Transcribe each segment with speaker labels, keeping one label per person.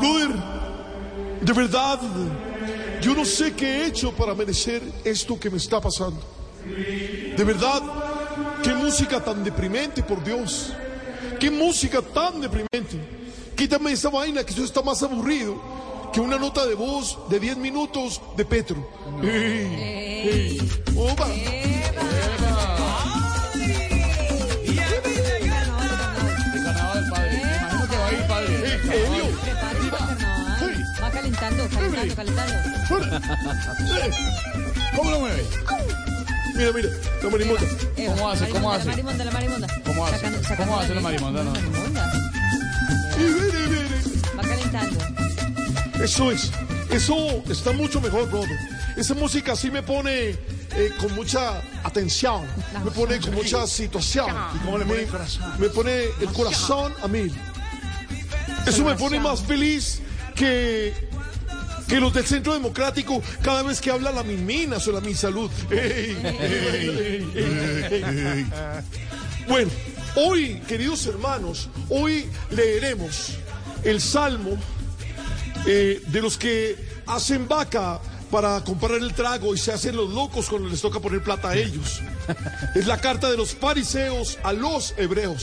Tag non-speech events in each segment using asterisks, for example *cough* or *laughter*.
Speaker 1: Brother, de verdad, yo no sé qué he hecho para merecer esto que me está pasando. De verdad, qué música tan deprimente, por Dios. Qué música tan deprimente. Quítame esa vaina, que eso está más aburrido que una nota de voz de 10 minutos de Petro. Ey, ey, opa. Ey, genio. Uy,
Speaker 2: Va calentando, calentando, calentando.
Speaker 1: fuera. Eh,
Speaker 3: ¿Cómo lo mueve?
Speaker 1: Mira, mira, la marimonda.
Speaker 2: Eva,
Speaker 3: ¿Cómo hace? ¿Cómo
Speaker 2: marimonda,
Speaker 3: hace?
Speaker 2: La marimonda, la marimonda.
Speaker 3: ¿Cómo hace?
Speaker 2: Sacando-
Speaker 3: ¿Cómo
Speaker 2: sacando
Speaker 3: hace la marimonda? No, no.
Speaker 2: marimonda.
Speaker 1: Y mire, mire.
Speaker 2: Va calentando.
Speaker 1: Eso es. Eso está mucho mejor, brother. Esa música sí me pone eh, con mucha atención. Me pone con mucha situación.
Speaker 3: cómo le pone el
Speaker 1: me, me pone el corazón a mil. Eso me pone más feliz que, que los del Centro Democrático cada vez que habla la mimina sobre mi salud. Ey, ey, ey, ey. Bueno, hoy, queridos hermanos, hoy leeremos el Salmo eh, de los que hacen vaca para comprar el trago y se hacen los locos cuando les toca poner plata a ellos. Es la carta de los fariseos a los hebreos.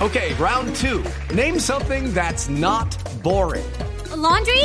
Speaker 4: Okay, round two. Name something that's not boring.
Speaker 5: A laundry?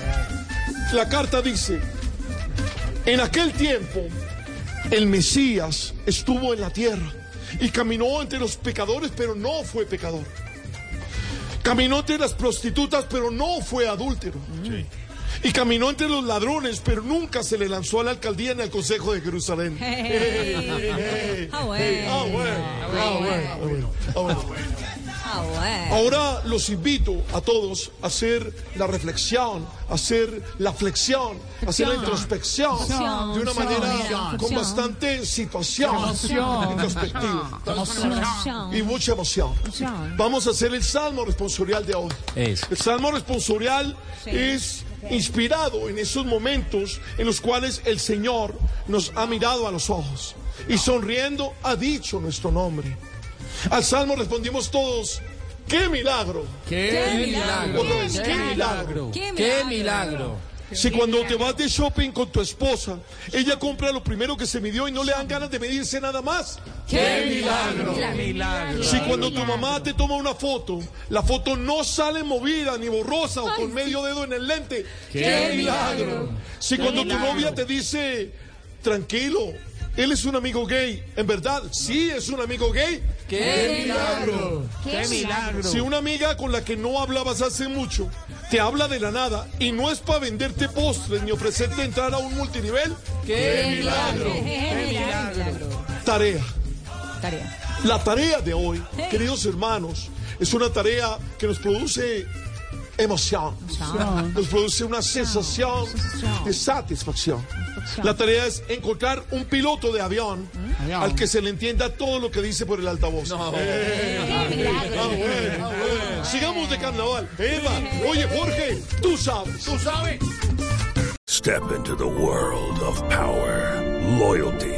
Speaker 1: La carta dice, en aquel tiempo el Mesías estuvo en la tierra y caminó entre los pecadores, pero no fue pecador. Caminó entre las prostitutas, pero no fue adúltero. Y caminó entre los ladrones, pero nunca se le lanzó a la alcaldía ni al Consejo de Jerusalén.
Speaker 2: Ah, bueno.
Speaker 1: *laughs* Ah, bueno, ah, bueno, ah, bueno, ah, bueno.
Speaker 2: Ah, bueno.
Speaker 1: Ahora los invito a todos a hacer la reflexión, a hacer la flexión, a hacer la introspección de una manera con bastante situación introspectiva y mucha emoción. Vamos a hacer el salmo responsorial de hoy.
Speaker 6: Es.
Speaker 1: El salmo responsorial es inspirado en esos momentos en los cuales el Señor nos ha mirado a los ojos y sonriendo ha dicho nuestro nombre. Al salmo respondimos todos, ¡qué milagro!
Speaker 3: ¡Qué milagro!
Speaker 1: Otra vez, ¡qué milagro!
Speaker 2: Qué
Speaker 3: ¡Qué
Speaker 2: milagro.
Speaker 3: milagro!
Speaker 1: Si cuando te vas de shopping con tu esposa, ella compra lo primero que se midió y no le dan ganas de medirse nada más.
Speaker 2: Qué milagro. Milagro.
Speaker 1: Si cuando tu mamá te toma una foto, la foto no sale movida, ni borrosa o con medio dedo en el lente. ¡Qué milagro! Si cuando tu novia te dice, tranquilo, él es un amigo gay, en verdad, sí es un amigo gay.
Speaker 3: ¡Qué milagro! ¡Qué milagro!
Speaker 1: Si una amiga con la que no hablabas hace mucho te habla de la nada y no es para venderte postres ni ofrecerte entrar a un multinivel,
Speaker 3: ¡Qué milagro!
Speaker 2: Qué milagro.
Speaker 1: tarea.
Speaker 2: Tarea.
Speaker 1: La tarea de hoy, queridos hermanos, es una tarea que nos produce emoción, nos produce una sensación de satisfacción. La tarea es encontrar un piloto de avión al que se le entienda todo lo que dice por el altavoz. Eh, Ah, bueno, ah, bueno. Sigamos de carnaval. Eva, oye Jorge, tú sabes.
Speaker 7: Step into the world of power, loyalty,